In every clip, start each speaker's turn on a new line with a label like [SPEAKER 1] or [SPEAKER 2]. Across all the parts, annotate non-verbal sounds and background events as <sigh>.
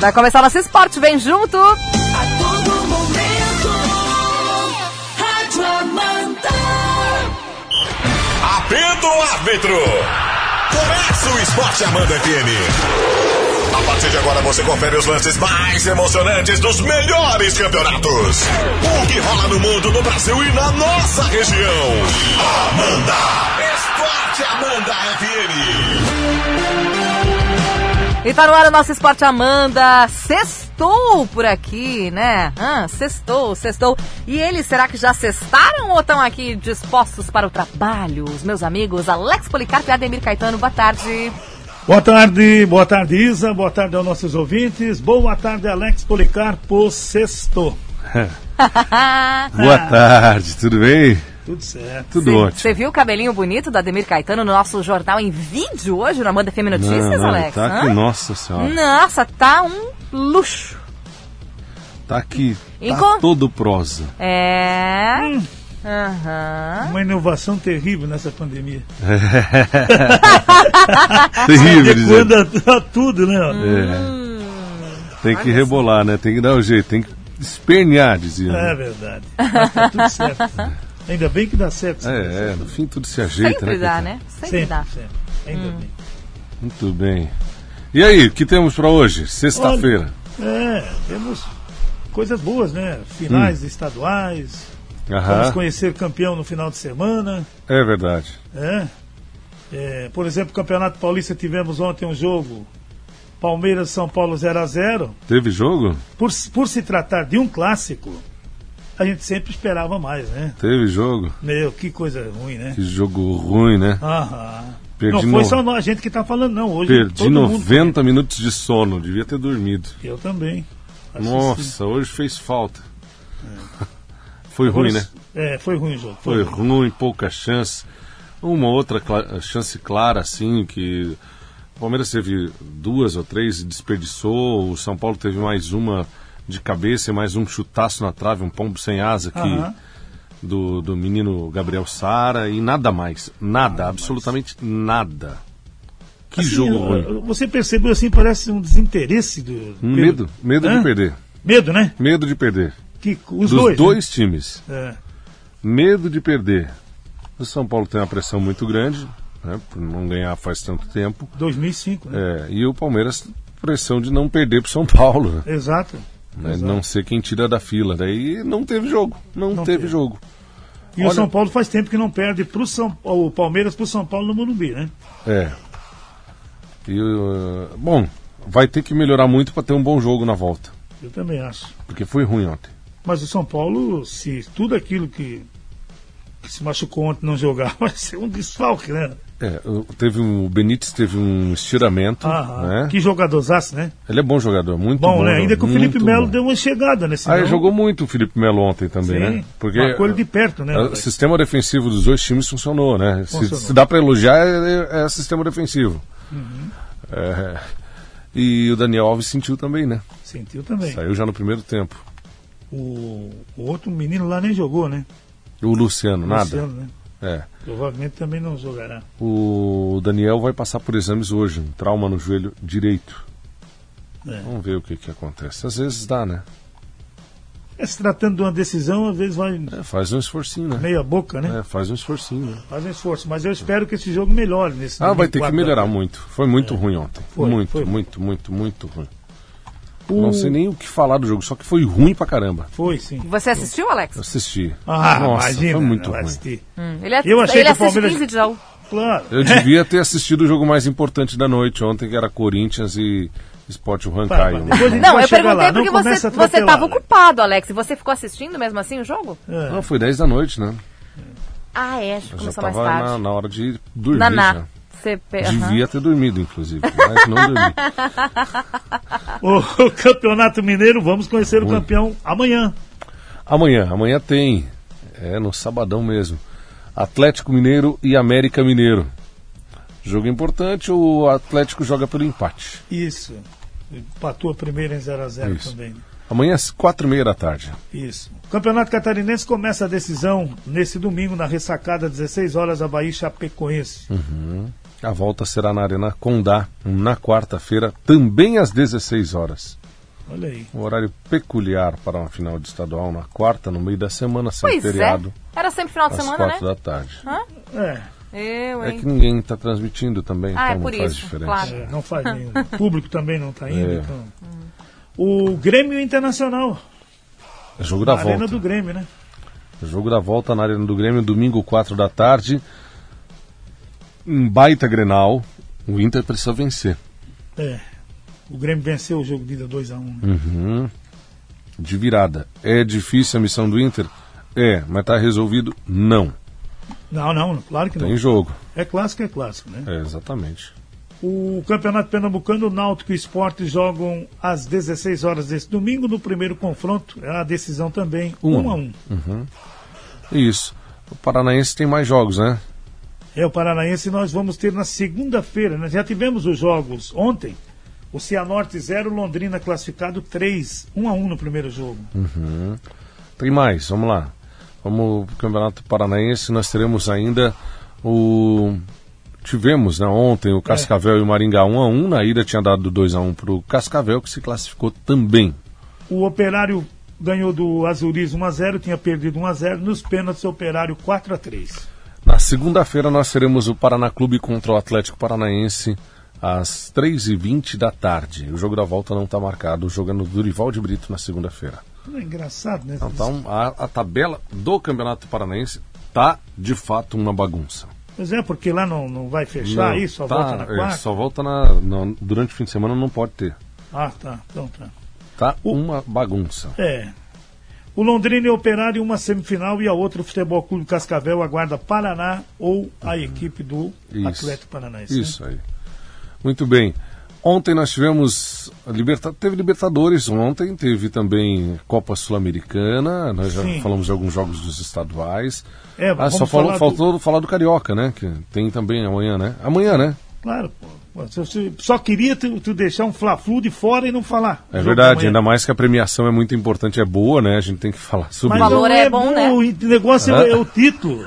[SPEAKER 1] Vai começar nosso esporte, vem junto!
[SPEAKER 2] A todo momento, Rádio Amanda.
[SPEAKER 3] Apendo o árbitro. Começa o Esporte Amanda FM. A partir de agora você confere os lances mais emocionantes dos melhores campeonatos. O que rola no mundo, no Brasil e na nossa região. Amanda. Esporte Amanda FM.
[SPEAKER 1] E tá no ar o nosso Esporte Amanda. Sextou por aqui, né? Ah, sextou, sextou. E eles, será que já cestaram ou estão aqui dispostos para o trabalho? Os meus amigos Alex Policarpo e Ademir Caetano, boa tarde.
[SPEAKER 4] Boa tarde, boa tarde Isa, boa tarde aos nossos ouvintes. Boa tarde Alex Policarpo, sextou.
[SPEAKER 5] boa tarde, tudo bem?
[SPEAKER 4] Tudo certo.
[SPEAKER 5] Tudo
[SPEAKER 1] Cê,
[SPEAKER 5] ótimo.
[SPEAKER 1] Você viu o cabelinho bonito da Ademir Caetano no nosso jornal em vídeo hoje, na Amanda FM Notícias,
[SPEAKER 5] Não, não,
[SPEAKER 1] Alex?
[SPEAKER 5] Tá
[SPEAKER 1] Hã?
[SPEAKER 5] aqui, nossa senhora.
[SPEAKER 1] Nossa, tá um luxo.
[SPEAKER 5] Tá aqui.
[SPEAKER 1] Enco-
[SPEAKER 5] Tá todo prosa.
[SPEAKER 1] É.
[SPEAKER 5] Hum.
[SPEAKER 1] Aham.
[SPEAKER 4] Uma inovação terrível nessa pandemia.
[SPEAKER 5] Terrível, dizer.
[SPEAKER 4] Adequando a, a tudo, né?
[SPEAKER 5] É. Tem que rebolar, né? Tem que dar um jeito, tem que espernear,
[SPEAKER 4] É
[SPEAKER 5] dizia. né?
[SPEAKER 4] verdade. Mas tá tudo certo. Ainda bem que dá certo. sim, dá
[SPEAKER 5] É, é,
[SPEAKER 4] certo.
[SPEAKER 5] no fim tudo se ajeita,
[SPEAKER 1] Sempre dá,
[SPEAKER 5] Cacá?
[SPEAKER 1] né? Sempre,
[SPEAKER 4] Sempre,
[SPEAKER 1] dá. Hum.
[SPEAKER 4] sempre. Ainda bem.
[SPEAKER 5] Muito bem. E aí, o que temos pra hoje? Sexta-feira.
[SPEAKER 4] É, temos coisas boas, né? Finais estaduais. Vamos
[SPEAKER 5] Hum. Aham.
[SPEAKER 4] conhecer campeão no final de semana.
[SPEAKER 5] É verdade.
[SPEAKER 4] É. É, por exemplo, Campeonato Paulista tivemos ontem um jogo Palmeiras São Paulo 0 a 0
[SPEAKER 5] Teve jogo?
[SPEAKER 4] por, se- por se tratar de um clássico, a gente sempre esperava mais, né?
[SPEAKER 5] Teve jogo.
[SPEAKER 4] Meu, que coisa ruim, né?
[SPEAKER 5] Que jogo ruim, né?
[SPEAKER 4] Aham.
[SPEAKER 5] Perdi
[SPEAKER 4] não foi
[SPEAKER 5] no-
[SPEAKER 4] só nós- a gente que tá falando, não. Hoje
[SPEAKER 5] Perdi
[SPEAKER 4] todo mundo.
[SPEAKER 5] 90 minutos de sono, devia ter dormido.
[SPEAKER 4] Eu também. Assisti.
[SPEAKER 5] Nossa, hoje fez falta. <laughs> Foi ruim, né?
[SPEAKER 4] É, foi ruim o jogo.
[SPEAKER 5] Foi ruim, pouca chance. Uma outra cla- chance clara, assim, que o Palmeiras teve duas ou três e desperdiçou. O São Paulo teve mais uma de cabeça e mais um chutaço na trave, um pombo sem asa aqui
[SPEAKER 4] Aham.
[SPEAKER 5] do, do menino Gabriel Sara e nada mais. Nada, absolutamente nada. Que
[SPEAKER 4] Assim,
[SPEAKER 5] jogo
[SPEAKER 4] eu-
[SPEAKER 5] ruim.
[SPEAKER 4] eu- Você percebeu assim, parece um desinteresse do.
[SPEAKER 5] Um medo, medo
[SPEAKER 4] Hã?
[SPEAKER 5] de perder.
[SPEAKER 4] Medo, né?
[SPEAKER 5] Medo de perder.
[SPEAKER 4] Que, os
[SPEAKER 5] Dos
[SPEAKER 4] dois.
[SPEAKER 5] dois, times.
[SPEAKER 4] né?
[SPEAKER 5] Medo de perder. O São Paulo tem uma pressão muito grande, né, por não ganhar faz tanto tempo.
[SPEAKER 4] É, 2005, né?
[SPEAKER 5] É, e o Palmeiras, pressão de não perder pro São Paulo.
[SPEAKER 4] Exato.
[SPEAKER 5] Né,
[SPEAKER 4] Exato.
[SPEAKER 5] não ser quem tira da fila. Daí não teve jogo. Não,
[SPEAKER 4] Não
[SPEAKER 5] teve,
[SPEAKER 4] teve.
[SPEAKER 5] jogo.
[SPEAKER 4] E o
[SPEAKER 5] Olha-
[SPEAKER 4] São Paulo faz tempo que não perde pro São o Palmeiras pro São Paulo no Morumbi, né?
[SPEAKER 5] É. E, uh, bom, vai ter que melhorar muito para ter um bom jogo na volta.
[SPEAKER 4] Eu também acho.
[SPEAKER 5] Porque foi ruim ontem.
[SPEAKER 4] Mas o São Paulo, se tudo aquilo que, que se machucou ontem não jogar, <laughs> vai ser um desfalque, né?
[SPEAKER 5] É, eu- teve um, o Benítez teve um estiramento.
[SPEAKER 4] Ah,
[SPEAKER 5] né?
[SPEAKER 4] Que jogadorzaço, né?
[SPEAKER 5] Ele é bom jogador, muito bom.
[SPEAKER 4] Bom, né? Ainda que o Felipe
[SPEAKER 5] muito
[SPEAKER 4] Melo
[SPEAKER 5] bom.
[SPEAKER 4] deu uma chegada nesse
[SPEAKER 5] Ah, ele jogou muito o Felipe Melo ontem também, né?
[SPEAKER 4] Porque marcou ele de perto, né?
[SPEAKER 5] é, o
[SPEAKER 4] Alex?
[SPEAKER 5] sistema defensivo dos dois times funcionou, né? Se-
[SPEAKER 4] Funcionou.
[SPEAKER 5] Se, dá para elogiar, é, é sistema defensivo.
[SPEAKER 4] Uhum.
[SPEAKER 5] É, e o Daniel Alves sentiu também, né?
[SPEAKER 4] Sentiu também.
[SPEAKER 5] Saiu já no primeiro tempo.
[SPEAKER 4] O, o outro menino lá nem jogou, né?
[SPEAKER 5] O Luciano, nada.
[SPEAKER 4] Luciano, né?
[SPEAKER 5] É.
[SPEAKER 4] Provavelmente também não jogará.
[SPEAKER 5] O Daniel vai passar por exames hoje, um trauma no joelho direito.
[SPEAKER 4] É.
[SPEAKER 5] Vamos ver o que, que acontece. Às vezes dá, né?
[SPEAKER 4] É, se tratando de uma decisão, às vezes vai
[SPEAKER 5] É, faz um esforcinho, né?
[SPEAKER 4] meia boca, né?
[SPEAKER 5] É, faz um esforcinho, né?
[SPEAKER 4] Faz um esforço. Mas eu espero que esse jogo melhore nesse
[SPEAKER 5] Ah, vai ter que
[SPEAKER 4] 24
[SPEAKER 5] melhorar
[SPEAKER 4] agora.
[SPEAKER 5] muito. Foi muito ruim ontem.
[SPEAKER 4] É. Foi,
[SPEAKER 5] muito,
[SPEAKER 4] foi.
[SPEAKER 5] muito, muito, muito ruim.
[SPEAKER 4] O-
[SPEAKER 5] Não sei nem o que falar do jogo, só que foi ruim pra caramba.
[SPEAKER 4] Foi, sim.
[SPEAKER 1] Você assistiu,
[SPEAKER 5] Eu
[SPEAKER 1] Alex?
[SPEAKER 5] assisti.
[SPEAKER 4] Ah,
[SPEAKER 5] Nossa,
[SPEAKER 4] imagina.
[SPEAKER 5] foi muito
[SPEAKER 4] vai
[SPEAKER 5] ruim.
[SPEAKER 4] assistir.
[SPEAKER 1] Hum, Ele, é-
[SPEAKER 4] Eu achei
[SPEAKER 1] ele
[SPEAKER 4] que o
[SPEAKER 1] assiste
[SPEAKER 4] Palmeiras-
[SPEAKER 1] 15 de jogo.
[SPEAKER 4] Claro.
[SPEAKER 5] Eu devia ter assistido o jogo mais importante da noite ontem, que era Corinthians e Sport
[SPEAKER 4] Pá,
[SPEAKER 5] Huancaio.
[SPEAKER 4] pá, depois a gente
[SPEAKER 1] Não,
[SPEAKER 4] vai
[SPEAKER 1] eu
[SPEAKER 4] chegar
[SPEAKER 1] perguntei
[SPEAKER 4] lá.
[SPEAKER 1] porque
[SPEAKER 4] Não começa
[SPEAKER 1] você,
[SPEAKER 4] a
[SPEAKER 1] você
[SPEAKER 4] atropelar, né?
[SPEAKER 1] tava ocupado, Alex. E você ficou assistindo mesmo assim o jogo?
[SPEAKER 4] Alex.
[SPEAKER 5] Não, Ah, foi 10 da noite, né?
[SPEAKER 1] Ah, é. acho que
[SPEAKER 5] Eu já
[SPEAKER 1] Começou
[SPEAKER 5] tava
[SPEAKER 1] mais tarde.
[SPEAKER 5] na, na hora de dormir.
[SPEAKER 1] Naná.
[SPEAKER 5] já.
[SPEAKER 1] Você pe... aham.
[SPEAKER 5] Devia ter dormido, inclusive, mas
[SPEAKER 1] <laughs>
[SPEAKER 5] não dormi.
[SPEAKER 4] O, o Campeonato Mineiro, vamos conhecer o
[SPEAKER 5] Muito.
[SPEAKER 4] campeão amanhã.
[SPEAKER 5] Amanhã, amanhã tem. É, no sabadão mesmo. Atlético Mineiro e América Mineiro. Jogo importante, o Atlético joga pelo empate.
[SPEAKER 4] Isso. Empatou a primeira em 0x0
[SPEAKER 5] Isso.
[SPEAKER 4] também.
[SPEAKER 5] Amanhã às quatro e meia da tarde.
[SPEAKER 4] Isso. O Campeonato Catarinense começa a decisão nesse domingo, na ressacada, 16 horas, Havaí e Chapecoense.
[SPEAKER 5] Hum. A volta será na Arena Condá, na quarta-feira, também às 16 horas.
[SPEAKER 4] Olha aí.
[SPEAKER 5] Um horário peculiar para uma final de estadual na quarta, no meio da semana, sem
[SPEAKER 1] Pois
[SPEAKER 5] feriado,
[SPEAKER 1] é. Era sempre final de
[SPEAKER 5] às
[SPEAKER 1] semana, né?
[SPEAKER 5] quatro da tarde.
[SPEAKER 4] É,
[SPEAKER 1] Eu,
[SPEAKER 5] É
[SPEAKER 1] hein?
[SPEAKER 5] que ninguém está transmitindo também,
[SPEAKER 1] Ah, é
[SPEAKER 5] então
[SPEAKER 1] por
[SPEAKER 5] não faz
[SPEAKER 1] isso,
[SPEAKER 5] diferença.
[SPEAKER 1] claro.
[SPEAKER 4] é,
[SPEAKER 1] <laughs>
[SPEAKER 4] não faz nenhum. O público também não está indo.
[SPEAKER 5] É.
[SPEAKER 4] Então. O Grêmio Internacional.
[SPEAKER 5] É jogo da
[SPEAKER 4] a Arena
[SPEAKER 5] volta. É
[SPEAKER 4] do Grêmio, né?
[SPEAKER 5] Jogo da volta na Arena do Grêmio, domingo, 4 da tarde. Um baita Grenal. O Inter precisa vencer.
[SPEAKER 4] É. O Grêmio venceu o jogo de ida 2x1. né?
[SPEAKER 5] Hum. De virada. É difícil a missão do Inter? É, mas tá resolvido? Não.
[SPEAKER 4] Não, não, claro que não.
[SPEAKER 5] Tem jogo.
[SPEAKER 4] É clássico, é clássico, né?
[SPEAKER 5] É, exatamente.
[SPEAKER 4] O Campeonato Pernambucano, o Náutico e o Esporte jogam às 16 horas desse domingo no primeiro confronto. É a decisão também,
[SPEAKER 5] Um a
[SPEAKER 4] 1 um a
[SPEAKER 5] um.
[SPEAKER 4] 1
[SPEAKER 5] Isso. O Paranaense tem mais jogos, né?
[SPEAKER 4] É o Paranaense nós vamos ter na segunda-feira. Nós já tivemos os jogos ontem. O Cianorte 0, Londrina classificado 3, 1 a 1 no primeiro jogo.
[SPEAKER 5] Hum. Tem mais, vamos lá. Vamos pro Campeonato Paranaense, nós teremos ainda o. Tivemos né, ontem o Cascavel e o Maringá 1 a 1 Na ida tinha dado 2 a 1 para o Cascavel, que se classificou também.
[SPEAKER 4] O Operário ganhou do Azuriz 1 a 0, tinha perdido 1 a 0 nos pênaltis o Operário 4 a 3.
[SPEAKER 5] Na segunda-feira nós teremos o Paraná Clube contra o Atlético Paranaense às 3h20 da tarde. O jogo da volta não está marcado, o jogo é no Durival de Brito na segunda-feira.
[SPEAKER 4] Não é engraçado, né?
[SPEAKER 5] Então a, a tabela do Campeonato Paranaense tá de fato uma bagunça.
[SPEAKER 4] Pois é, porque lá não, não vai fechar
[SPEAKER 5] Não,
[SPEAKER 4] isso, só
[SPEAKER 5] tá,
[SPEAKER 4] volta na
[SPEAKER 5] é,
[SPEAKER 4] quarta.
[SPEAKER 5] só volta na- na- durante o fim de semana não pode ter.
[SPEAKER 4] Ah, tá. Então tá.
[SPEAKER 5] Tá uma bagunça.
[SPEAKER 4] É. O Londrina e o Operário, uma semifinal e a outra, o Futebol Clube Cascavel aguarda Paraná ou a equipe do
[SPEAKER 5] Uhum. Isso.
[SPEAKER 4] Atlético Paranaense. né?
[SPEAKER 5] Isso aí. Muito bem. Ontem nós tivemos. a Liberta... Teve Libertadores ontem, teve também Copa Sul-Americana, nós já
[SPEAKER 4] Sim.
[SPEAKER 5] falamos de alguns jogos dos estaduais.
[SPEAKER 4] É,
[SPEAKER 5] ah,
[SPEAKER 4] vamos
[SPEAKER 5] só falou-
[SPEAKER 4] falar do-
[SPEAKER 5] faltou falar do Carioca, né? Que tem também amanhã, né? Amanhã, né?
[SPEAKER 4] Claro, pô. Pô, se Você só queria tu, tu deixar um Fla-Flu de fora e não falar.
[SPEAKER 5] É
[SPEAKER 4] Jogo
[SPEAKER 5] verdade,
[SPEAKER 4] amanhã.
[SPEAKER 5] ainda mais que a premiação é muito importante, é boa, né? A gente tem que falar sobre
[SPEAKER 4] Mas
[SPEAKER 5] isso.
[SPEAKER 1] valor
[SPEAKER 4] não
[SPEAKER 1] é bom, né?
[SPEAKER 4] O negócio é, é o título.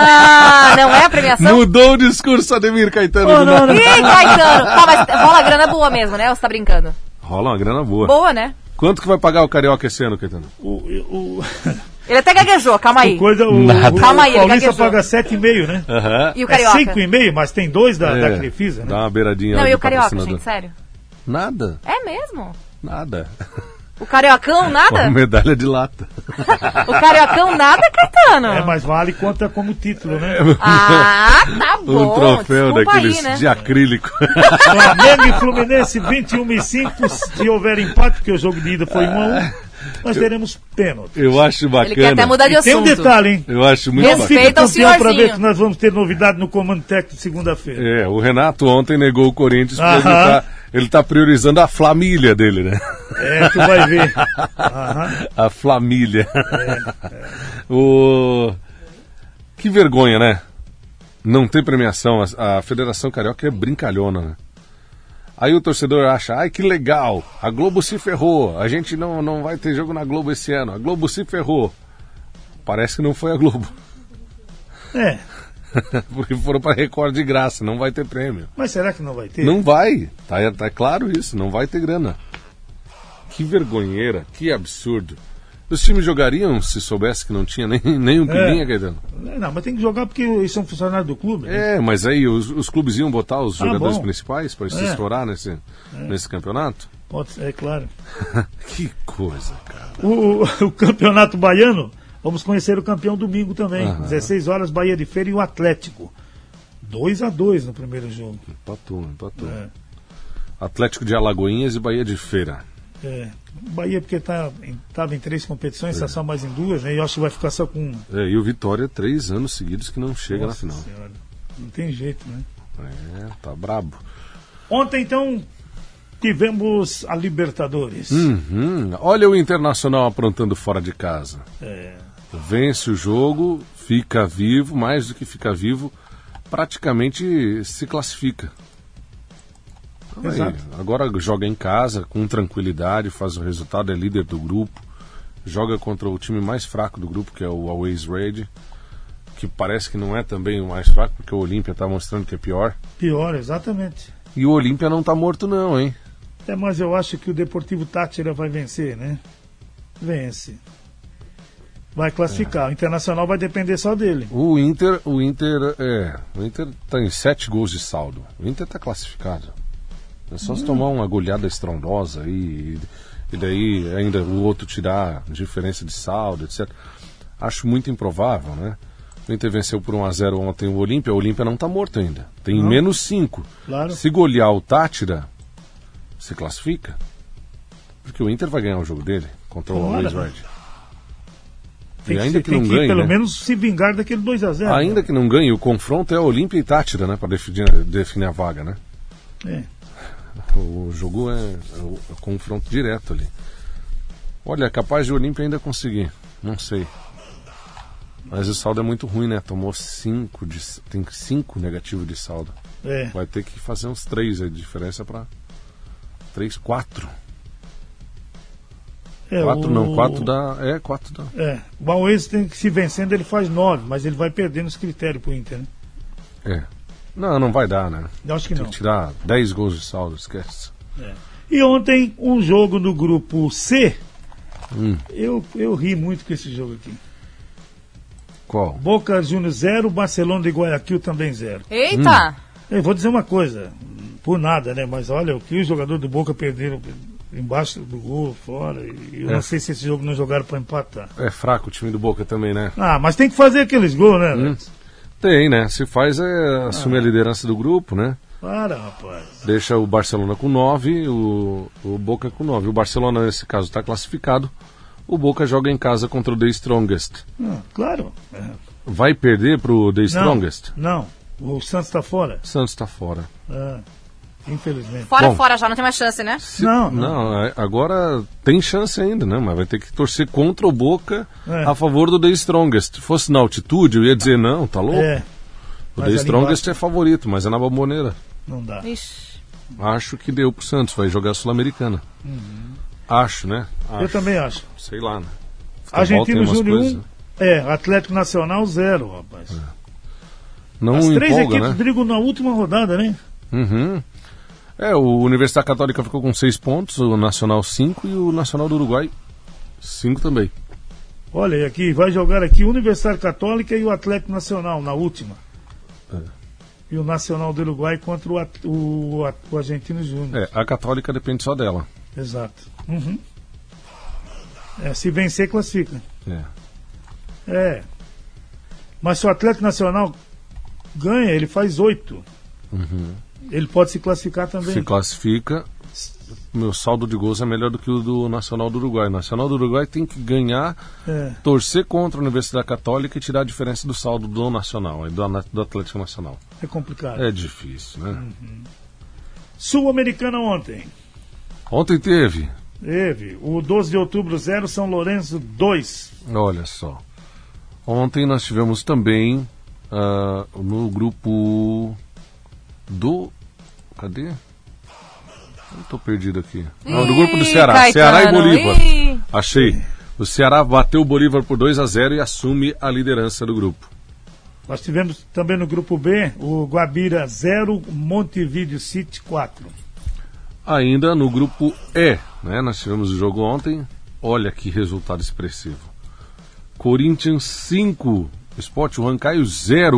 [SPEAKER 1] Ah, não é a premiação?
[SPEAKER 5] <laughs> Mudou o discurso, Ademir Caetano.
[SPEAKER 4] Não, não,
[SPEAKER 5] do nada.
[SPEAKER 1] Ih, Caetano! Tá, mas rola grana boa mesmo, né? Ou você tá brincando?
[SPEAKER 5] Rola uma grana boa.
[SPEAKER 1] Boa, né?
[SPEAKER 5] Quanto que vai pagar o Carioca esse ano, Caetano?
[SPEAKER 4] O, o,
[SPEAKER 1] Ele até gaguejou, calma aí.
[SPEAKER 4] o coisa, o,
[SPEAKER 5] Nada.
[SPEAKER 4] o, o
[SPEAKER 1] Calma aí, ele
[SPEAKER 4] Paulista
[SPEAKER 1] gaguejou.
[SPEAKER 4] paga 7,5, né?
[SPEAKER 1] E o
[SPEAKER 4] É
[SPEAKER 1] Carioca?
[SPEAKER 4] 5,5, mas tem dois da,
[SPEAKER 5] É,
[SPEAKER 4] da Crefisa, né?
[SPEAKER 5] Dá uma beiradinha
[SPEAKER 1] Não,
[SPEAKER 5] lá
[SPEAKER 1] e
[SPEAKER 5] de
[SPEAKER 1] o Carioca,
[SPEAKER 5] patrocinador.
[SPEAKER 1] gente, sério?
[SPEAKER 5] Nada,
[SPEAKER 1] É mesmo?
[SPEAKER 5] nada.
[SPEAKER 1] O Cariocão, nada?
[SPEAKER 5] Uma medalha de lata.
[SPEAKER 1] O Cariocão, nada, Caetano?
[SPEAKER 4] É, mas vale conta como título, né?
[SPEAKER 5] É. <laughs>
[SPEAKER 1] Ah, tá bom.
[SPEAKER 5] um troféu
[SPEAKER 1] Desculpa
[SPEAKER 5] daqueles
[SPEAKER 1] aí, né?
[SPEAKER 5] de acrílico. <laughs>
[SPEAKER 4] Flamengo e é Fluminense 21 e 5. Se houver empate, porque o jogo de ida foi 1 a 1, nós teremos pênalti.
[SPEAKER 5] Eu acho bacana.
[SPEAKER 1] Ele quer até mudar de
[SPEAKER 4] E tem
[SPEAKER 1] assunto.
[SPEAKER 4] um detalhe, hein?
[SPEAKER 5] Eu acho muito
[SPEAKER 1] Respeita
[SPEAKER 5] bacana.
[SPEAKER 1] Respeita o
[SPEAKER 4] campeão pra
[SPEAKER 1] senhorzinho.
[SPEAKER 4] ver se nós vamos ter novidade no comando técnico segunda-feira.
[SPEAKER 5] É, o Renato ontem negou o Corinthians porque ele
[SPEAKER 4] Aham.
[SPEAKER 5] tá, ele tá priorizando a família dele, né?
[SPEAKER 4] É, tu vai ver. Aham.
[SPEAKER 5] A família. <laughs> o... Que vergonha, né? Não ter premiação. A, a Federação Carioca é brincalhona, né? Aí o torcedor acha, ai que legal, a Globo se ferrou, a gente não, não vai ter jogo na Globo esse ano, a Globo se ferrou. Parece que não foi a Globo, <laughs>
[SPEAKER 4] É,
[SPEAKER 5] porque foram para Record de graça, não vai ter prêmio.
[SPEAKER 4] mas será que não vai ter?
[SPEAKER 5] Não vai. Tá, tá claro isso, não vai ter grana. Que vergonheira, que absurdo. Os times jogariam se soubesse que não tinha nem, <laughs> nem um
[SPEAKER 4] É.
[SPEAKER 5] pilinha, Caetano.
[SPEAKER 4] Não, mas tem que jogar porque eles são funcionários do clube. né?
[SPEAKER 5] É, mas aí os, os clubes iam botar os
[SPEAKER 4] Ah,
[SPEAKER 5] jogadores
[SPEAKER 4] bom.
[SPEAKER 5] principais para se
[SPEAKER 4] É.
[SPEAKER 5] estourar nesse, nesse campeonato?
[SPEAKER 4] Pode ser, é claro.
[SPEAKER 5] Que coisa, cara.
[SPEAKER 4] O, o <laughs> campeonato baiano, vamos conhecer o campeão domingo também. 16 horas, Bahia de Feira e o Atlético. 2 a 2 no primeiro jogo.
[SPEAKER 5] Empatou, empatou.
[SPEAKER 4] É.
[SPEAKER 5] né? Atlético de Alagoinhas e Bahia de Feira.
[SPEAKER 4] É, o Bahia porque tá em, tava em três competições, está só mais em duas, né? E eu acho que vai ficar só com uma.
[SPEAKER 5] É, e o Vitória, três anos seguidos que não chega
[SPEAKER 4] Nossa
[SPEAKER 5] na final.
[SPEAKER 4] Senhora, Não tem jeito, né?
[SPEAKER 5] É, tá brabo.
[SPEAKER 4] Ontem então tivemos a Libertadores.
[SPEAKER 5] Uhum. Olha o Internacional aprontando fora de casa.
[SPEAKER 4] É,
[SPEAKER 5] vence o jogo, fica vivo, mais do que fica vivo, praticamente se classifica. Então, aí,
[SPEAKER 4] Exato.
[SPEAKER 5] agora joga em casa com tranquilidade, faz o resultado, é líder do grupo, joga contra o time mais fraco do grupo, que é o Always Red, que parece que não é também o mais fraco, porque o Olímpia está mostrando que é pior.
[SPEAKER 4] pior, exatamente.
[SPEAKER 5] E o Olímpia tá não está morto não, hein?
[SPEAKER 4] É, mas eu acho que o Deportivo Tátira vai vencer, né? Vence. Vai classificar. O Internacional vai depender só dele.
[SPEAKER 5] O Inter, o Inter, é, o Inter tá em sete gols de saldo. O Inter tá classificado. É só se tomar uma goleada estrondosa aí, e, e daí ainda o outro tirar diferença de saldo, etc. Acho muito improvável, né? O Inter venceu por 1x0 ontem o Olímpia. O Olímpia não tá morto ainda. Tem menos 5.
[SPEAKER 4] Claro.
[SPEAKER 5] Se golear o Tátira, se classifica. Porque o Inter vai ganhar o jogo dele contra o
[SPEAKER 4] Tomara.
[SPEAKER 5] Luiz Verde.
[SPEAKER 4] Tem
[SPEAKER 5] E
[SPEAKER 4] que,
[SPEAKER 5] ainda
[SPEAKER 4] ser-
[SPEAKER 5] que
[SPEAKER 4] tem
[SPEAKER 5] não
[SPEAKER 4] que
[SPEAKER 5] ganhe,
[SPEAKER 4] pelo
[SPEAKER 5] né?
[SPEAKER 4] menos se vingar daquele 2x0.
[SPEAKER 5] Ainda que não ganhe, o confronto é Olímpia e Tátira, né? Pra definir, definir a vaga, né?
[SPEAKER 4] É.
[SPEAKER 5] O jogo é, é o é o confronto direto ali. Olha, é capaz de o Olímpia ainda conseguir. Não sei. Mas o saldo é muito ruim, né? Tomou 5 de. Tem 5 negativo de saldo.
[SPEAKER 4] É.
[SPEAKER 5] Vai ter que fazer uns 3 aí de diferença pra. 3, 4.
[SPEAKER 4] É,
[SPEAKER 5] 4 não,
[SPEAKER 4] o-
[SPEAKER 5] 4 dá. É, 4 dá.
[SPEAKER 4] É. O Mauês tem que se vencendo, ele faz 9, mas ele vai perdendo os critérios pro Inter, né?
[SPEAKER 5] É. Não, não vai dar, né?
[SPEAKER 4] Eu acho que
[SPEAKER 5] Tem
[SPEAKER 4] não.
[SPEAKER 5] que tirar 10 gols de saldo, esquece.
[SPEAKER 4] E ontem, um jogo no grupo C.
[SPEAKER 5] Hum.
[SPEAKER 4] Eu, eu ri muito com esse jogo aqui.
[SPEAKER 5] Qual?
[SPEAKER 4] Boca Juniors 0, Barcelona de Guayaquil também 0.
[SPEAKER 5] Hum,
[SPEAKER 1] Eita!
[SPEAKER 4] Eu vou dizer uma coisa, por nada, né? Mas olha, o que os jogadores do Boca perderam embaixo do gol, fora. e Eu
[SPEAKER 5] É.
[SPEAKER 4] não sei se esse jogo não jogaram pra empatar.
[SPEAKER 5] É fraco o time do Boca também, né?
[SPEAKER 4] Ah, mas tem que fazer aqueles gols, né? Alex?
[SPEAKER 5] Tem, né? Se faz
[SPEAKER 4] Ah.
[SPEAKER 5] é assumir a liderança do grupo, né?
[SPEAKER 4] Para, rapaz.
[SPEAKER 5] Deixa o Barcelona com 9, o, o Boca com 9. O Barcelona, nesse caso, está classificado. O Boca joga em casa contra o The Strongest.
[SPEAKER 4] Ah, claro. É.
[SPEAKER 5] Vai perder pro The Strongest?
[SPEAKER 4] Não, não. O Santos tá fora.
[SPEAKER 5] O Santos está fora.
[SPEAKER 4] Ah, infelizmente.
[SPEAKER 1] Fora,
[SPEAKER 5] Bom.
[SPEAKER 1] fora já, não tem mais chance, né?
[SPEAKER 5] Se-
[SPEAKER 4] Não, não.
[SPEAKER 5] não. é- agora tem chance ainda, né? Mas vai ter que torcer contra o Boca
[SPEAKER 4] É.
[SPEAKER 5] a favor do The Strongest. Se fosse na altitude, eu ia dizer, não, tá louco?
[SPEAKER 4] É,
[SPEAKER 5] o
[SPEAKER 4] mas
[SPEAKER 5] The
[SPEAKER 4] ali
[SPEAKER 5] Strongest é favorito, mas é na bomboneira.
[SPEAKER 4] não dá.
[SPEAKER 1] Ixi.
[SPEAKER 5] Acho que deu pro Santos, vai jogar a Sul-Americana. Acho, né?
[SPEAKER 4] Uhum. Eu
[SPEAKER 5] Acho.
[SPEAKER 4] também acho.
[SPEAKER 5] Sei lá, né? Futebol tem
[SPEAKER 4] Argentino
[SPEAKER 5] umas
[SPEAKER 4] Júnior
[SPEAKER 5] coisas- né?
[SPEAKER 4] 1, é, Atlético Nacional 0, rapaz.
[SPEAKER 5] Não
[SPEAKER 4] As três
[SPEAKER 5] Um empolga,
[SPEAKER 4] equipes
[SPEAKER 5] né?
[SPEAKER 4] brigam na última rodada, né?
[SPEAKER 5] Uhum. É, o Universidade Católica ficou com seis pontos, o Nacional cinco e o Nacional do Uruguai cinco também.
[SPEAKER 4] Olha aí aqui, vai jogar aqui Universidade Católica e o Atlético Nacional na última.
[SPEAKER 5] É.
[SPEAKER 4] E o Nacional do Uruguai contra o, At- o, At- o Argentino Júnior.
[SPEAKER 5] É, a Católica depende só dela.
[SPEAKER 4] Exato. Uhum. É, se vencer, classifica.
[SPEAKER 5] É.
[SPEAKER 4] É. Mas se o Atlético Nacional ganha, ele faz oito. Ele pode se classificar também.
[SPEAKER 5] Uhum. Se classifica, meu saldo de gols é melhor do que o do Nacional do Uruguai. O Nacional do Uruguai tem que ganhar,
[SPEAKER 4] É.
[SPEAKER 5] torcer contra a Universidade Católica e tirar a diferença do saldo do Nacional, e do, Ana- do Atlético Nacional.
[SPEAKER 4] É complicado.
[SPEAKER 5] É difícil, né?
[SPEAKER 4] Sul-Americana ontem.
[SPEAKER 5] Ontem teve,
[SPEAKER 4] Teve. O 12 de outubro 0, São Lourenço 2.
[SPEAKER 5] olha só. Ontem nós tivemos também ah, no grupo do. Cadê? Eu tô perdido aqui. Não, do grupo do
[SPEAKER 1] Ih,
[SPEAKER 5] Ceará.
[SPEAKER 1] Caetano,
[SPEAKER 5] Ceará e Bolívar.
[SPEAKER 1] ih.
[SPEAKER 5] Achei. O Ceará bateu o Bolívar por 2 a 0 e assume a liderança do grupo.
[SPEAKER 4] Nós tivemos também no grupo B, o Guabira 0, Montevideo City 4.
[SPEAKER 5] Ainda no grupo E, né? Nós tivemos o jogo ontem. Olha que resultado expressivo. Corinthians 5, Sport
[SPEAKER 1] <laughs>
[SPEAKER 5] Huancaio 0.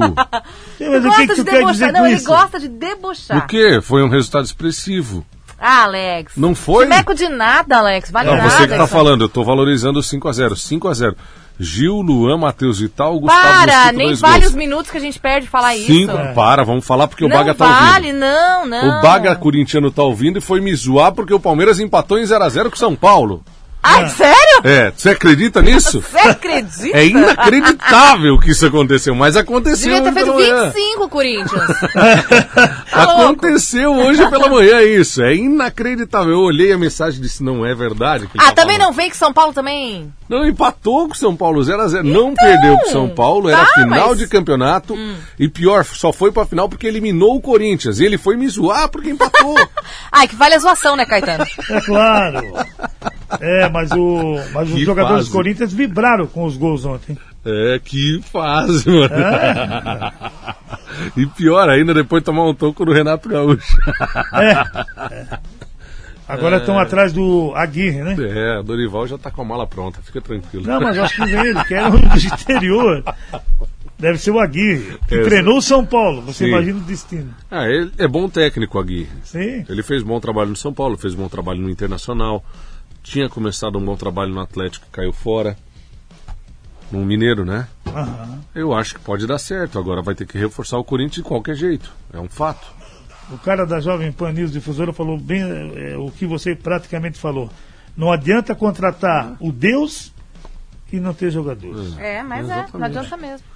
[SPEAKER 4] Sim, Mas o
[SPEAKER 1] gosta
[SPEAKER 4] que, que
[SPEAKER 1] de
[SPEAKER 4] tu quer
[SPEAKER 1] debochar.
[SPEAKER 4] dizer com
[SPEAKER 1] Não, ele
[SPEAKER 4] isso?
[SPEAKER 1] gosta de
[SPEAKER 5] Por
[SPEAKER 1] debochar.
[SPEAKER 5] quê? Foi um resultado expressivo.
[SPEAKER 1] Ah, Alex.
[SPEAKER 5] Não foi?
[SPEAKER 1] Timeco de nada, Alex. Vale
[SPEAKER 5] Não,
[SPEAKER 1] É nada.
[SPEAKER 5] você que tá
[SPEAKER 1] isso.
[SPEAKER 5] falando, eu tô valorizando o 5x0. 5x0. Gil, Luan, Matheus Vital, Gustavo
[SPEAKER 1] Para,
[SPEAKER 5] Mosquito,
[SPEAKER 1] nem
[SPEAKER 5] dois
[SPEAKER 1] vale os
[SPEAKER 5] gols.
[SPEAKER 1] minutos que a gente perde falar isso.
[SPEAKER 5] Cinco, para, vamos falar porque o
[SPEAKER 1] não
[SPEAKER 5] Baga tá
[SPEAKER 1] vale,
[SPEAKER 5] ouvindo.
[SPEAKER 1] não, não.
[SPEAKER 5] O Baga corintiano tá ouvindo e foi me zoar porque o Palmeiras empatou em 0x0 com o São Paulo.
[SPEAKER 1] Ai, sério?
[SPEAKER 5] É, você acredita nisso?
[SPEAKER 1] Você acredita?
[SPEAKER 5] É inacreditável que isso aconteceu, mas aconteceu então, é.
[SPEAKER 1] Devia tá ter
[SPEAKER 5] hoje
[SPEAKER 1] feito
[SPEAKER 5] pela manhã.
[SPEAKER 1] 25, Corinthians.
[SPEAKER 5] <laughs>
[SPEAKER 1] tá
[SPEAKER 5] Aconteceu hoje pela manhã isso. É inacreditável. Eu olhei a mensagem e disse, não é verdade. que ele
[SPEAKER 1] ah,
[SPEAKER 5] tá
[SPEAKER 1] também
[SPEAKER 5] falando.
[SPEAKER 1] não vem que São Paulo também...
[SPEAKER 5] Não, empatou com o São Paulo 0x0. não perdeu pro São Paulo, era
[SPEAKER 1] Então! tá,
[SPEAKER 5] final
[SPEAKER 1] mas- Hum.
[SPEAKER 5] de campeonato. E pior, só foi pra final porque eliminou o Corinthians. E ele foi me zoar
[SPEAKER 1] <laughs>
[SPEAKER 5] porque empatou.
[SPEAKER 1] Ai, que vale a zoação, né, Caetano?
[SPEAKER 4] É claro. É, mas, o, mas os
[SPEAKER 5] Que
[SPEAKER 4] jogadores
[SPEAKER 5] fase.
[SPEAKER 4] do Corinthians vibraram com os gols ontem.
[SPEAKER 5] é, que fase, mano.
[SPEAKER 1] É.
[SPEAKER 5] <laughs> e pior ainda, depois tomar um toco do Renato Gaúcho.
[SPEAKER 4] É. Agora estão atrás do Aguirre, né?
[SPEAKER 5] <laughs> É, o Dorival já tá com a mala pronta, fica tranquilo.
[SPEAKER 4] Não, mas eu acho que vem ele, que era um do interior. Deve ser o Aguirre, que
[SPEAKER 5] Esse.
[SPEAKER 4] treinou o São Paulo. Você
[SPEAKER 5] Sim.
[SPEAKER 4] imagina o destino.
[SPEAKER 5] Ah, ele é bom técnico, Aguirre.
[SPEAKER 4] Sim.
[SPEAKER 5] Ele fez bom trabalho no São Paulo, fez bom trabalho no Internacional, tinha começado um bom trabalho no Atlético, caiu fora. No Mineiro, né?
[SPEAKER 4] Aham.
[SPEAKER 5] Eu acho que pode dar certo. Agora vai ter que reforçar o Corinthians de qualquer jeito. É um fato.
[SPEAKER 4] O cara da Jovem Pan News Difusora falou bem é, o que você praticamente falou. Não adianta contratar o Deus e não ter jogadores.
[SPEAKER 1] É, mas é, não
[SPEAKER 5] Exatamente.
[SPEAKER 1] adianta mesmo.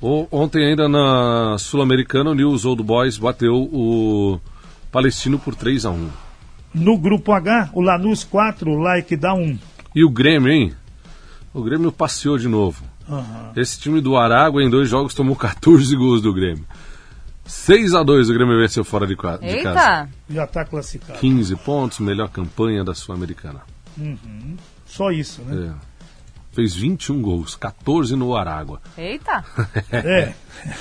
[SPEAKER 5] O- ontem ainda na Sul-Americana, o News Old Boys bateu o Palestino por 3 a 1
[SPEAKER 4] No grupo H, o Lanús 4, o like dá 1.
[SPEAKER 5] E o Grêmio, hein? O Grêmio passeou de novo. Esse time do Aragua, em dois jogos, tomou <laughs> 14 gols do Grêmio. 6 a 2 o Grêmio venceu fora de, qua- de casa.
[SPEAKER 1] Eita!
[SPEAKER 4] Já está classificado.
[SPEAKER 5] 15 pontos, melhor campanha da Sul-Americana.
[SPEAKER 4] Só isso, né?
[SPEAKER 5] É. Fez 21 gols, 14 no Aragua.
[SPEAKER 1] Eita!
[SPEAKER 4] É.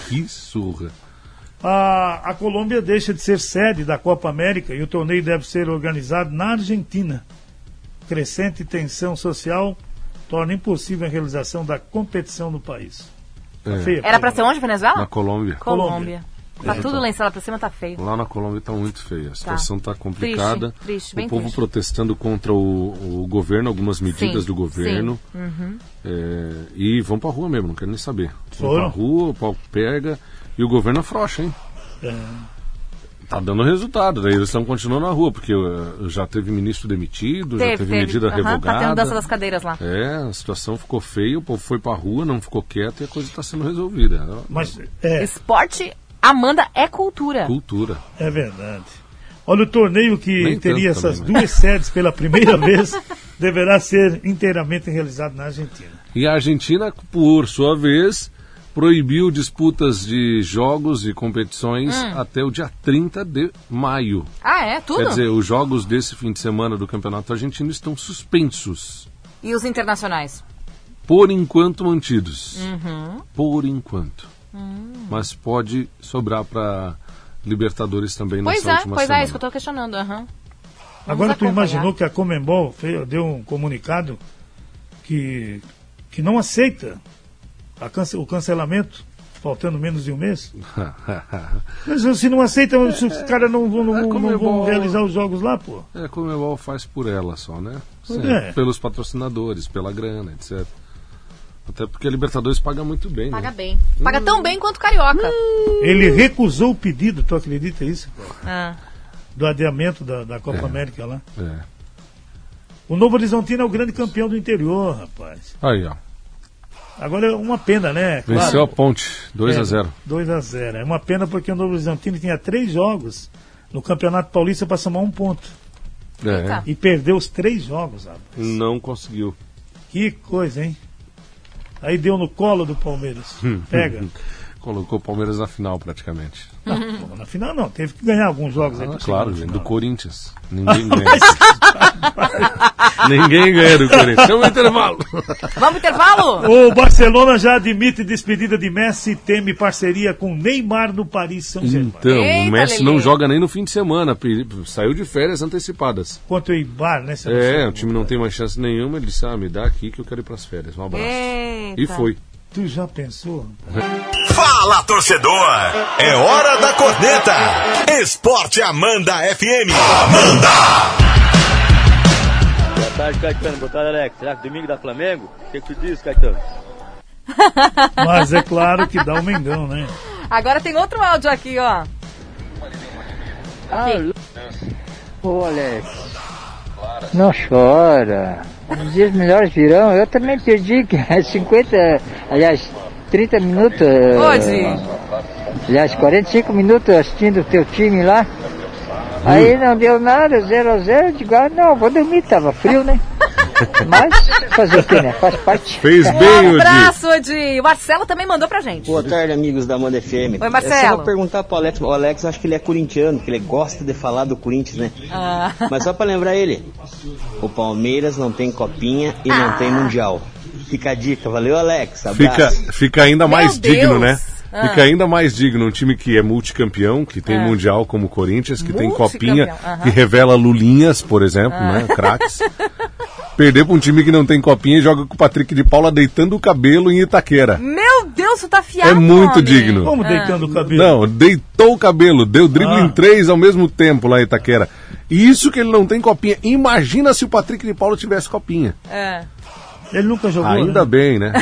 [SPEAKER 5] Que surra.
[SPEAKER 4] A, a Colômbia deixa de ser sede da Copa América e o torneio deve ser organizado na Argentina. Crescente tensão social torna impossível a realização da competição no país. Tá
[SPEAKER 5] É.
[SPEAKER 4] Feia,
[SPEAKER 1] Era pra
[SPEAKER 4] pega.
[SPEAKER 1] ser onde, Venezuela?
[SPEAKER 5] Na Colômbia.
[SPEAKER 1] Colômbia. Tá tudo lençado pra cima, tá feio.
[SPEAKER 5] Lá na Colômbia está muito feia, a situação está complicada.
[SPEAKER 1] Tá. Triste, triste,
[SPEAKER 5] o
[SPEAKER 1] bem
[SPEAKER 5] povo
[SPEAKER 1] triste.
[SPEAKER 5] protestando contra o, o governo, algumas medidas
[SPEAKER 1] Sim, Uhum.
[SPEAKER 5] do governo. É, e vão pra rua mesmo, não quero nem saber. Vão
[SPEAKER 4] Foram.
[SPEAKER 5] pra rua, o pau pega e o governo afrouxa, hein? Tá dando resultado, daí eles estão continuando na rua, porque eh, já teve ministro demitido, já teve, medida
[SPEAKER 1] Aham,
[SPEAKER 5] revogada.
[SPEAKER 1] Tá tendo dança das cadeiras lá.
[SPEAKER 5] É, a situação ficou feia, o povo foi pra rua, não ficou quieto e a coisa está sendo resolvida.
[SPEAKER 4] Mas é,
[SPEAKER 1] Esporte, Amanda, é cultura.
[SPEAKER 5] Cultura.
[SPEAKER 4] é verdade. Olha, o torneio que
[SPEAKER 5] Nem
[SPEAKER 4] teria
[SPEAKER 5] tanto
[SPEAKER 4] essas
[SPEAKER 5] também, né?
[SPEAKER 4] duas sedes pela
[SPEAKER 5] <laughs>
[SPEAKER 4] primeira vez deverá ser inteiramente realizado na Argentina.
[SPEAKER 5] E a Argentina, por sua vez, proibiu disputas de jogos e competições até o dia 30 de maio.
[SPEAKER 1] Ah, é? Hum. Tudo?
[SPEAKER 5] Quer dizer, os jogos desse fim de semana do Campeonato Argentino estão suspensos.
[SPEAKER 1] E os internacionais?
[SPEAKER 5] Por enquanto mantidos.
[SPEAKER 1] Uhum.
[SPEAKER 5] Por enquanto.
[SPEAKER 1] Hum.
[SPEAKER 5] Mas pode sobrar para Libertadores também
[SPEAKER 1] Pois
[SPEAKER 5] nessa
[SPEAKER 1] é,
[SPEAKER 5] última
[SPEAKER 1] pois é,
[SPEAKER 5] semana.
[SPEAKER 1] é, isso que eu tô questionando. aham.
[SPEAKER 4] Agora tu
[SPEAKER 1] acompanhar.
[SPEAKER 4] imaginou que a Comembol fe- deu um comunicado que, que não aceita a cance- o cancelamento, faltando menos de um mês? Mas se não aceitam, se os caras não, vão- não,
[SPEAKER 5] É,
[SPEAKER 4] vão- não vão
[SPEAKER 5] Comembol.
[SPEAKER 4] realizar os jogos lá, pô.
[SPEAKER 5] <laughs> É, como a UOL faz por ela só, né?
[SPEAKER 4] Pois
[SPEAKER 5] Sim,
[SPEAKER 4] é.
[SPEAKER 5] Pelos patrocinadores, pela grana, etc. Até porque a Libertadores paga muito bem,
[SPEAKER 1] Paga
[SPEAKER 5] né?
[SPEAKER 1] bem. Paga tão bem quanto carioca.
[SPEAKER 5] Hum.
[SPEAKER 4] Ele recusou o pedido, tu acredita isso? cara?
[SPEAKER 1] Ah,
[SPEAKER 4] Do adiamento da, da Copa
[SPEAKER 5] É.
[SPEAKER 4] América lá.
[SPEAKER 5] É.
[SPEAKER 4] O Novo Horizontino é o grande campeão do interior, rapaz.
[SPEAKER 5] Aí, ó.
[SPEAKER 4] Agora é uma pena, né?
[SPEAKER 5] Venceu a ponte, 2 a 0
[SPEAKER 4] 2 a 0 É uma pena porque o Novo Horizontino tinha três jogos no Campeonato Paulista para somar um ponto.
[SPEAKER 5] É,
[SPEAKER 1] Eita.
[SPEAKER 4] E perdeu os três jogos, rapaz.
[SPEAKER 5] não conseguiu.
[SPEAKER 4] Que coisa, hein? Aí deu no colo do Palmeiras.
[SPEAKER 5] Hum,
[SPEAKER 4] Pega.
[SPEAKER 5] Colocou o Palmeiras na final, praticamente.
[SPEAKER 4] Não, pô, na final não, teve que ganhar alguns jogos aí.
[SPEAKER 5] Ah,
[SPEAKER 4] pra
[SPEAKER 5] claro,
[SPEAKER 4] chegar
[SPEAKER 5] gente,
[SPEAKER 4] na
[SPEAKER 5] do
[SPEAKER 4] final.
[SPEAKER 5] Corinthians.
[SPEAKER 1] <laughs>
[SPEAKER 5] Ninguém ganha. Ninguém ganha do Corinthians. Chama o intervalo.
[SPEAKER 1] Vamos pro
[SPEAKER 5] <laughs>
[SPEAKER 1] intervalo?
[SPEAKER 4] O Barcelona já admite despedida de Messi e teme parceria com Neymar no Paris Saint-Germain.
[SPEAKER 5] Então,
[SPEAKER 1] Eita,
[SPEAKER 5] o Messi não
[SPEAKER 1] Lelê.
[SPEAKER 5] joga nem no fim de semana. pe- Saiu de férias antecipadas.
[SPEAKER 4] Quanto ao Ibar, né? se eu não
[SPEAKER 5] Hum. É,
[SPEAKER 4] sei.
[SPEAKER 5] o time não tem mais chance nenhuma. Ele disse, ah, me dá aqui que eu quero ir pras férias. Um abraço.
[SPEAKER 1] Eita.
[SPEAKER 5] E foi.
[SPEAKER 4] Tu já pensou?
[SPEAKER 3] Fala torcedor, é hora da corneta. Esporte Amanda FM. Amanda!
[SPEAKER 6] Boa tarde, Caetano. Boa tarde, Alex. Será que domingo dá Flamengo? O que, que tu diz, Caetano?
[SPEAKER 4] Mas é claro que dá o Mengão, né?
[SPEAKER 1] Agora tem outro áudio aqui, ó.
[SPEAKER 7] Ô Alex, não chora. Os dias melhores virão. Eu também perdi que é 50, aliás, 30 minutos. eh,
[SPEAKER 1] Ô, Di.
[SPEAKER 7] Aliás, 45 minutos assistindo o teu time lá. Aí não deu nada, 0 a 0 Digo, ah, não, vou dormir, tava frio, né? Mas fazer o que, né? Faz parte.
[SPEAKER 5] Fez bem,
[SPEAKER 1] Um
[SPEAKER 5] Odi.
[SPEAKER 1] abraço, Odi. O Marcelo também mandou pra gente.
[SPEAKER 8] Boa tarde, amigos da Amanda FM.
[SPEAKER 1] Oi, Marcelo.
[SPEAKER 8] É só pra perguntar pro Alex. O Alex, eu acho que ele é corintiano, que ele gosta de falar do Corinthians, né?
[SPEAKER 1] Ah,
[SPEAKER 8] Mas só pra lembrar ele: o Palmeiras não tem copinha e não tem mundial. Fica a dica. Valeu, Alex. Abraço.
[SPEAKER 5] Fica, fica ainda mais
[SPEAKER 1] Meu
[SPEAKER 5] digno,
[SPEAKER 1] Deus. Ah.
[SPEAKER 5] né? Fica ainda mais digno um time que é multicampeão, que tem mundial como o Corinthians, que tem copinha,
[SPEAKER 1] É. Multicampeão, aham. Ah.
[SPEAKER 5] que revela lulinhas, por exemplo, né? Craques. Perder para um time que não tem copinha e joga com o Patrick de Paula deitando o cabelo em Itaquera.
[SPEAKER 1] Meu Deus, tu tá fiado.
[SPEAKER 5] É muito
[SPEAKER 1] homem.
[SPEAKER 5] digno.
[SPEAKER 4] Como deitando o cabelo?
[SPEAKER 5] Não, deitou o cabelo, deu drible
[SPEAKER 4] Ah.
[SPEAKER 5] em três ao mesmo tempo lá em Itaquera. E isso que ele não tem copinha. Imagina se o Patrick de Paulo tivesse copinha.
[SPEAKER 1] É.
[SPEAKER 4] Ele nunca jogou.
[SPEAKER 5] Ainda
[SPEAKER 4] né? <laughs>
[SPEAKER 5] bem, né?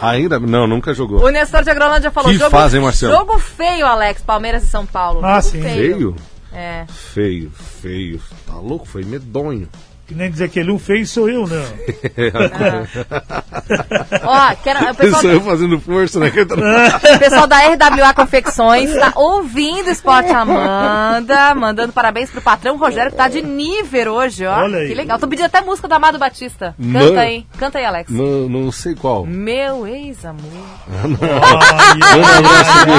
[SPEAKER 5] Ainda Não, nunca jogou.
[SPEAKER 1] O Nestor de Agrolândia falou:
[SPEAKER 5] Que
[SPEAKER 1] jogo,
[SPEAKER 5] faz, hein, Marcelo?
[SPEAKER 1] jogo feio, Alex, Palmeiras e São Paulo.
[SPEAKER 4] Ah,
[SPEAKER 1] Jogo
[SPEAKER 4] sim.
[SPEAKER 5] Feio?
[SPEAKER 1] É.
[SPEAKER 5] Feio, feio. Tá louco? Foi medonho.
[SPEAKER 4] Que nem dizer que ele um feio sou eu,
[SPEAKER 5] <laughs>
[SPEAKER 4] né?
[SPEAKER 1] Ó, quero, o pessoal,
[SPEAKER 5] Saiu fazendo força, né?
[SPEAKER 1] <laughs> o pessoal da RWA Confecções tá ouvindo Esporte Amanda, mandando parabéns pro patrão Rogério, que tá de nível hoje, ó.
[SPEAKER 4] Olha aí.
[SPEAKER 1] Que legal. Tô pedindo até música do Amado Batista. Canta
[SPEAKER 5] Mano.
[SPEAKER 1] aí. Canta aí, Alex.
[SPEAKER 5] não, não sei qual.
[SPEAKER 1] Meu ex-amor.
[SPEAKER 4] Ah,
[SPEAKER 5] Manda um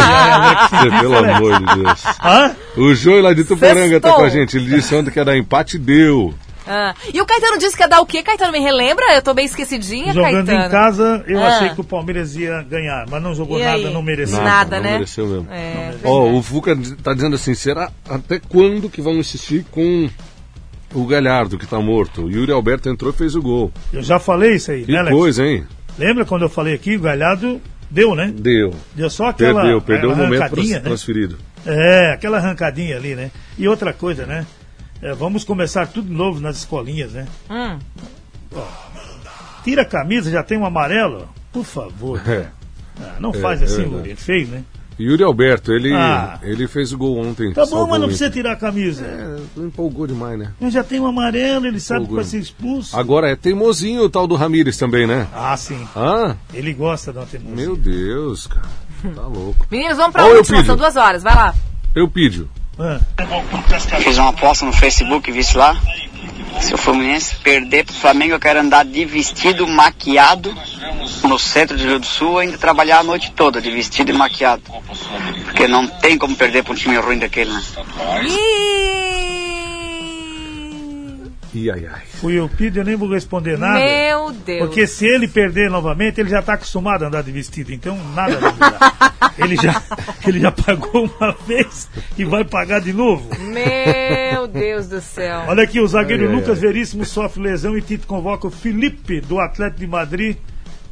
[SPEAKER 1] <laughs>
[SPEAKER 5] abraço pro Jô. Pelo amor de Deus.
[SPEAKER 1] Ah,
[SPEAKER 4] Hã?
[SPEAKER 5] O Jô lá de Tuporanga
[SPEAKER 1] né?
[SPEAKER 5] tá
[SPEAKER 1] Sextou.
[SPEAKER 5] com a gente. Ele disse ontem que ia dar empate e deu.
[SPEAKER 1] Ah, E o Caetano disse que ia dar o quê? Caetano, me relembra? Eu tô bem esquecidinha,
[SPEAKER 4] Jogando
[SPEAKER 1] é Caetano.
[SPEAKER 4] em casa, eu
[SPEAKER 1] Ah.
[SPEAKER 4] achei que o Palmeiras ia ganhar, mas não jogou
[SPEAKER 1] E
[SPEAKER 4] nada,
[SPEAKER 1] aí?
[SPEAKER 4] não mereceu.
[SPEAKER 1] Nada.
[SPEAKER 5] não
[SPEAKER 1] né?
[SPEAKER 5] mereceu mesmo.
[SPEAKER 1] É.
[SPEAKER 5] Ó, o Fuca d- tá dizendo assim, será até quando que vão insistir com o Galhardo, que tá morto? O Yuri Alberto entrou e fez o gol.
[SPEAKER 4] Eu já falei isso aí,
[SPEAKER 5] Que
[SPEAKER 4] né, Alex?
[SPEAKER 5] coisa, hein?
[SPEAKER 4] Lembra quando eu falei aqui, o Galhardo deu, né?
[SPEAKER 5] Deu.
[SPEAKER 4] Deu só aquela
[SPEAKER 5] Perdeu, perdeu o
[SPEAKER 4] aquela
[SPEAKER 5] momento trans-
[SPEAKER 4] arrancadinha, né?
[SPEAKER 5] transferido.
[SPEAKER 4] É, aquela arrancadinha ali, né? E outra coisa, né? É, vamos começar tudo de novo nas escolinhas, né?
[SPEAKER 1] Hum.
[SPEAKER 4] Ó, tira a camisa, já tem um amarelo? Por favor.
[SPEAKER 5] <laughs> É.
[SPEAKER 4] Ah, não faz
[SPEAKER 5] é
[SPEAKER 4] assim,
[SPEAKER 5] verdade.
[SPEAKER 4] Luri, é feio, né?
[SPEAKER 5] Yuri Alberto, ele,
[SPEAKER 4] Ah.
[SPEAKER 5] ele fez o gol ontem.
[SPEAKER 4] Tá
[SPEAKER 5] salvou
[SPEAKER 4] bom, mas não
[SPEAKER 5] o
[SPEAKER 4] precisa
[SPEAKER 5] Inter.
[SPEAKER 4] tirar a camisa.
[SPEAKER 5] É, não empolgou demais, né?
[SPEAKER 4] Mas já tem um amarelo, ele sabe que vai
[SPEAKER 5] Fogo.
[SPEAKER 4] ser expulso.
[SPEAKER 5] Agora é teimosinho o tal do Ramires também, né?
[SPEAKER 4] Ah, sim.
[SPEAKER 5] Ah,
[SPEAKER 4] Ele gosta da teimosia.
[SPEAKER 5] meu Deus, cara. Tá louco.
[SPEAKER 1] Meninos, vamos pra
[SPEAKER 5] Ó, eu
[SPEAKER 1] última,
[SPEAKER 5] pido.
[SPEAKER 1] são duas horas, vai lá.
[SPEAKER 5] Eu pido.
[SPEAKER 4] Ah,
[SPEAKER 9] Fiz uma aposta no Facebook, vi isso lá. Se o Fluminense perder pro Flamengo, eu quero andar de vestido, maquiado, no centro de Rio do Sul, ainda trabalhar a noite toda, de vestido e maquiado. Porque não tem como perder pra um time ruim daquele, né?
[SPEAKER 1] Ih!
[SPEAKER 5] Ih, ai, ai.
[SPEAKER 4] o Eupido eu nem vou responder nada.
[SPEAKER 1] Meu Deus.
[SPEAKER 4] Porque se ele perder novamente, ele já está acostumado a andar de vestido, então nada vai
[SPEAKER 1] <laughs>
[SPEAKER 4] mudar. ele, já, ele já pagou uma vez e vai pagar de novo. <laughs>
[SPEAKER 1] Meu Deus do céu.
[SPEAKER 4] Olha aqui, o zagueiro
[SPEAKER 5] Ai, ai,
[SPEAKER 4] Lucas
[SPEAKER 5] ai.
[SPEAKER 4] Veríssimo sofre lesão e Tito convoca o Felipe do Atlético de Madrid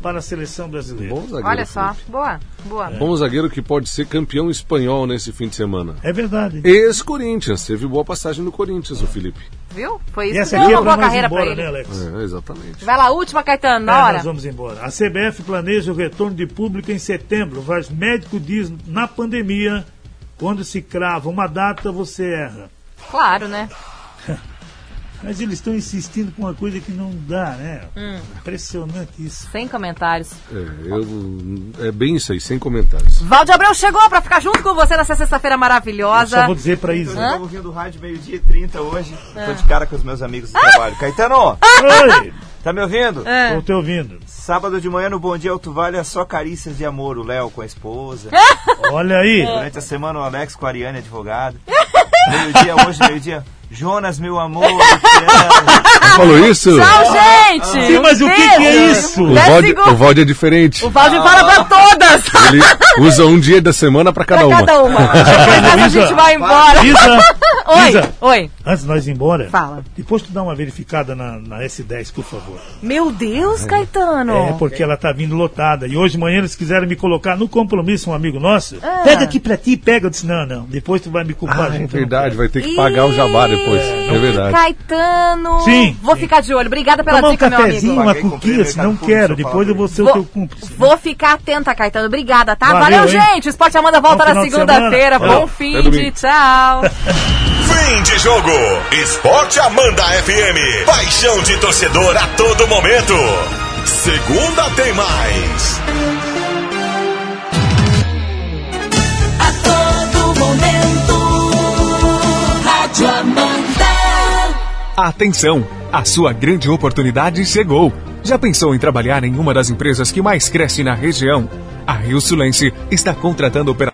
[SPEAKER 4] para a seleção brasileira.
[SPEAKER 5] Bom zagueiro.
[SPEAKER 1] Olha só.
[SPEAKER 5] Felipe.
[SPEAKER 1] Boa, boa.
[SPEAKER 5] Bom zagueiro que pode ser campeão espanhol nesse fim de semana.
[SPEAKER 4] É verdade.
[SPEAKER 5] Ex-Corinthians. Teve boa passagem no Corinthians, o Felipe.
[SPEAKER 1] Viu? Foi
[SPEAKER 4] E
[SPEAKER 1] isso que
[SPEAKER 4] essa
[SPEAKER 1] deu
[SPEAKER 4] aqui é
[SPEAKER 1] uma boa
[SPEAKER 4] para nós ir
[SPEAKER 1] carreira pra
[SPEAKER 4] embora,
[SPEAKER 1] ele.
[SPEAKER 4] né, Alex?
[SPEAKER 5] É, exatamente.
[SPEAKER 1] Vai lá, última, Caetano,
[SPEAKER 4] É,
[SPEAKER 1] na hora.
[SPEAKER 4] nós vamos embora. A CBF planeja o retorno de público em setembro, mas médico diz na pandemia, quando se crava uma data, você erra.
[SPEAKER 1] Claro, né?
[SPEAKER 4] Mas eles estão insistindo com uma coisa que não dá, né?
[SPEAKER 1] Hum.
[SPEAKER 4] Impressionante isso.
[SPEAKER 1] Sem comentários.
[SPEAKER 5] É, eu- é bem isso aí,
[SPEAKER 1] <laughs>
[SPEAKER 5] sem comentários.
[SPEAKER 1] Valde Abreu chegou pra ficar junto com você nessa sexta-feira maravilhosa.
[SPEAKER 4] Só vou dizer pra Isa.
[SPEAKER 1] Hã?
[SPEAKER 10] Tava ouvindo o rádio meio-dia e 30 hoje. Tô de cara com os meus amigos do trabalho. Caetano,
[SPEAKER 4] Oi,
[SPEAKER 10] tá me
[SPEAKER 1] <laughs>
[SPEAKER 10] ouvindo?
[SPEAKER 1] É.
[SPEAKER 4] tô te ouvindo.
[SPEAKER 10] Sábado de manhã no Bom Dia Alto Vale é só carícias de amor. O Léo com a esposa.
[SPEAKER 4] Olha aí.
[SPEAKER 1] É.
[SPEAKER 10] Durante a semana o Alex com a Ariane, advogado. Meio-dia hoje, meio-dia. Jonas, meu amor, é. eu
[SPEAKER 1] <laughs>
[SPEAKER 10] te amo.
[SPEAKER 5] Falou isso?
[SPEAKER 1] Tchau, gente!
[SPEAKER 4] Sim, mas o que que é
[SPEAKER 1] Beijo.
[SPEAKER 4] isso?
[SPEAKER 5] O
[SPEAKER 1] Dez
[SPEAKER 5] Valde,
[SPEAKER 1] segundos.
[SPEAKER 5] o Valde é diferente.
[SPEAKER 1] O Valde fala pra todas!
[SPEAKER 5] Ele usa um dia da semana pra cada
[SPEAKER 1] pra
[SPEAKER 5] uma.
[SPEAKER 1] cada uma. a gente
[SPEAKER 4] Luísa.
[SPEAKER 1] vai embora.
[SPEAKER 4] Isa,
[SPEAKER 1] <laughs> Oi,
[SPEAKER 4] Isa,
[SPEAKER 1] oi.
[SPEAKER 4] antes de nós ir embora,
[SPEAKER 1] Fala.
[SPEAKER 4] depois tu dá uma verificada na, na S10, por favor.
[SPEAKER 1] Meu Deus, Caetano.
[SPEAKER 4] É, porque ela tá vindo lotada. E hoje de manhã eles quiseram me colocar no compromisso, um amigo nosso.
[SPEAKER 1] Ah.
[SPEAKER 4] Pega aqui pra ti, pega. Eu disse, não, não, depois tu vai me culpar.
[SPEAKER 5] Ah, é
[SPEAKER 4] gente, eu não
[SPEAKER 5] verdade,
[SPEAKER 4] quero.
[SPEAKER 5] vai ter que pagar o jabá depois. É verdade.
[SPEAKER 1] Caetano.
[SPEAKER 4] Sim.
[SPEAKER 1] Vou ficar de olho. Obrigada pela
[SPEAKER 4] Tomar um
[SPEAKER 1] dica, meu
[SPEAKER 4] cafezinho,
[SPEAKER 1] amigo.
[SPEAKER 4] uma
[SPEAKER 10] Paguei, comprei
[SPEAKER 4] cuquinha,
[SPEAKER 10] no
[SPEAKER 4] se não
[SPEAKER 10] Mercado Público,
[SPEAKER 4] quero.
[SPEAKER 10] São Paulo,
[SPEAKER 4] Depois eu vou ser o teu cúmplice.
[SPEAKER 1] vou ficar atenta, Caetano. Obrigada, tá?
[SPEAKER 4] Valeu,
[SPEAKER 1] Valeu,
[SPEAKER 4] hein?
[SPEAKER 1] gente. O Esporte Amanda volta
[SPEAKER 4] Bom
[SPEAKER 1] na
[SPEAKER 4] final de
[SPEAKER 1] segunda-feira.
[SPEAKER 4] semana.
[SPEAKER 1] Bom
[SPEAKER 5] Valeu. Até
[SPEAKER 1] fim de
[SPEAKER 5] domingo.
[SPEAKER 1] tchau.
[SPEAKER 3] Fim de jogo. Esporte Amanda FM. Paixão de torcedor a todo momento. Segunda tem mais.
[SPEAKER 2] A todo momento, Rádio Amanda.
[SPEAKER 11] Atenção! A sua grande oportunidade chegou! Já pensou em trabalhar em uma das empresas que mais cresce na região? A Rio Sulense está contratando operadores.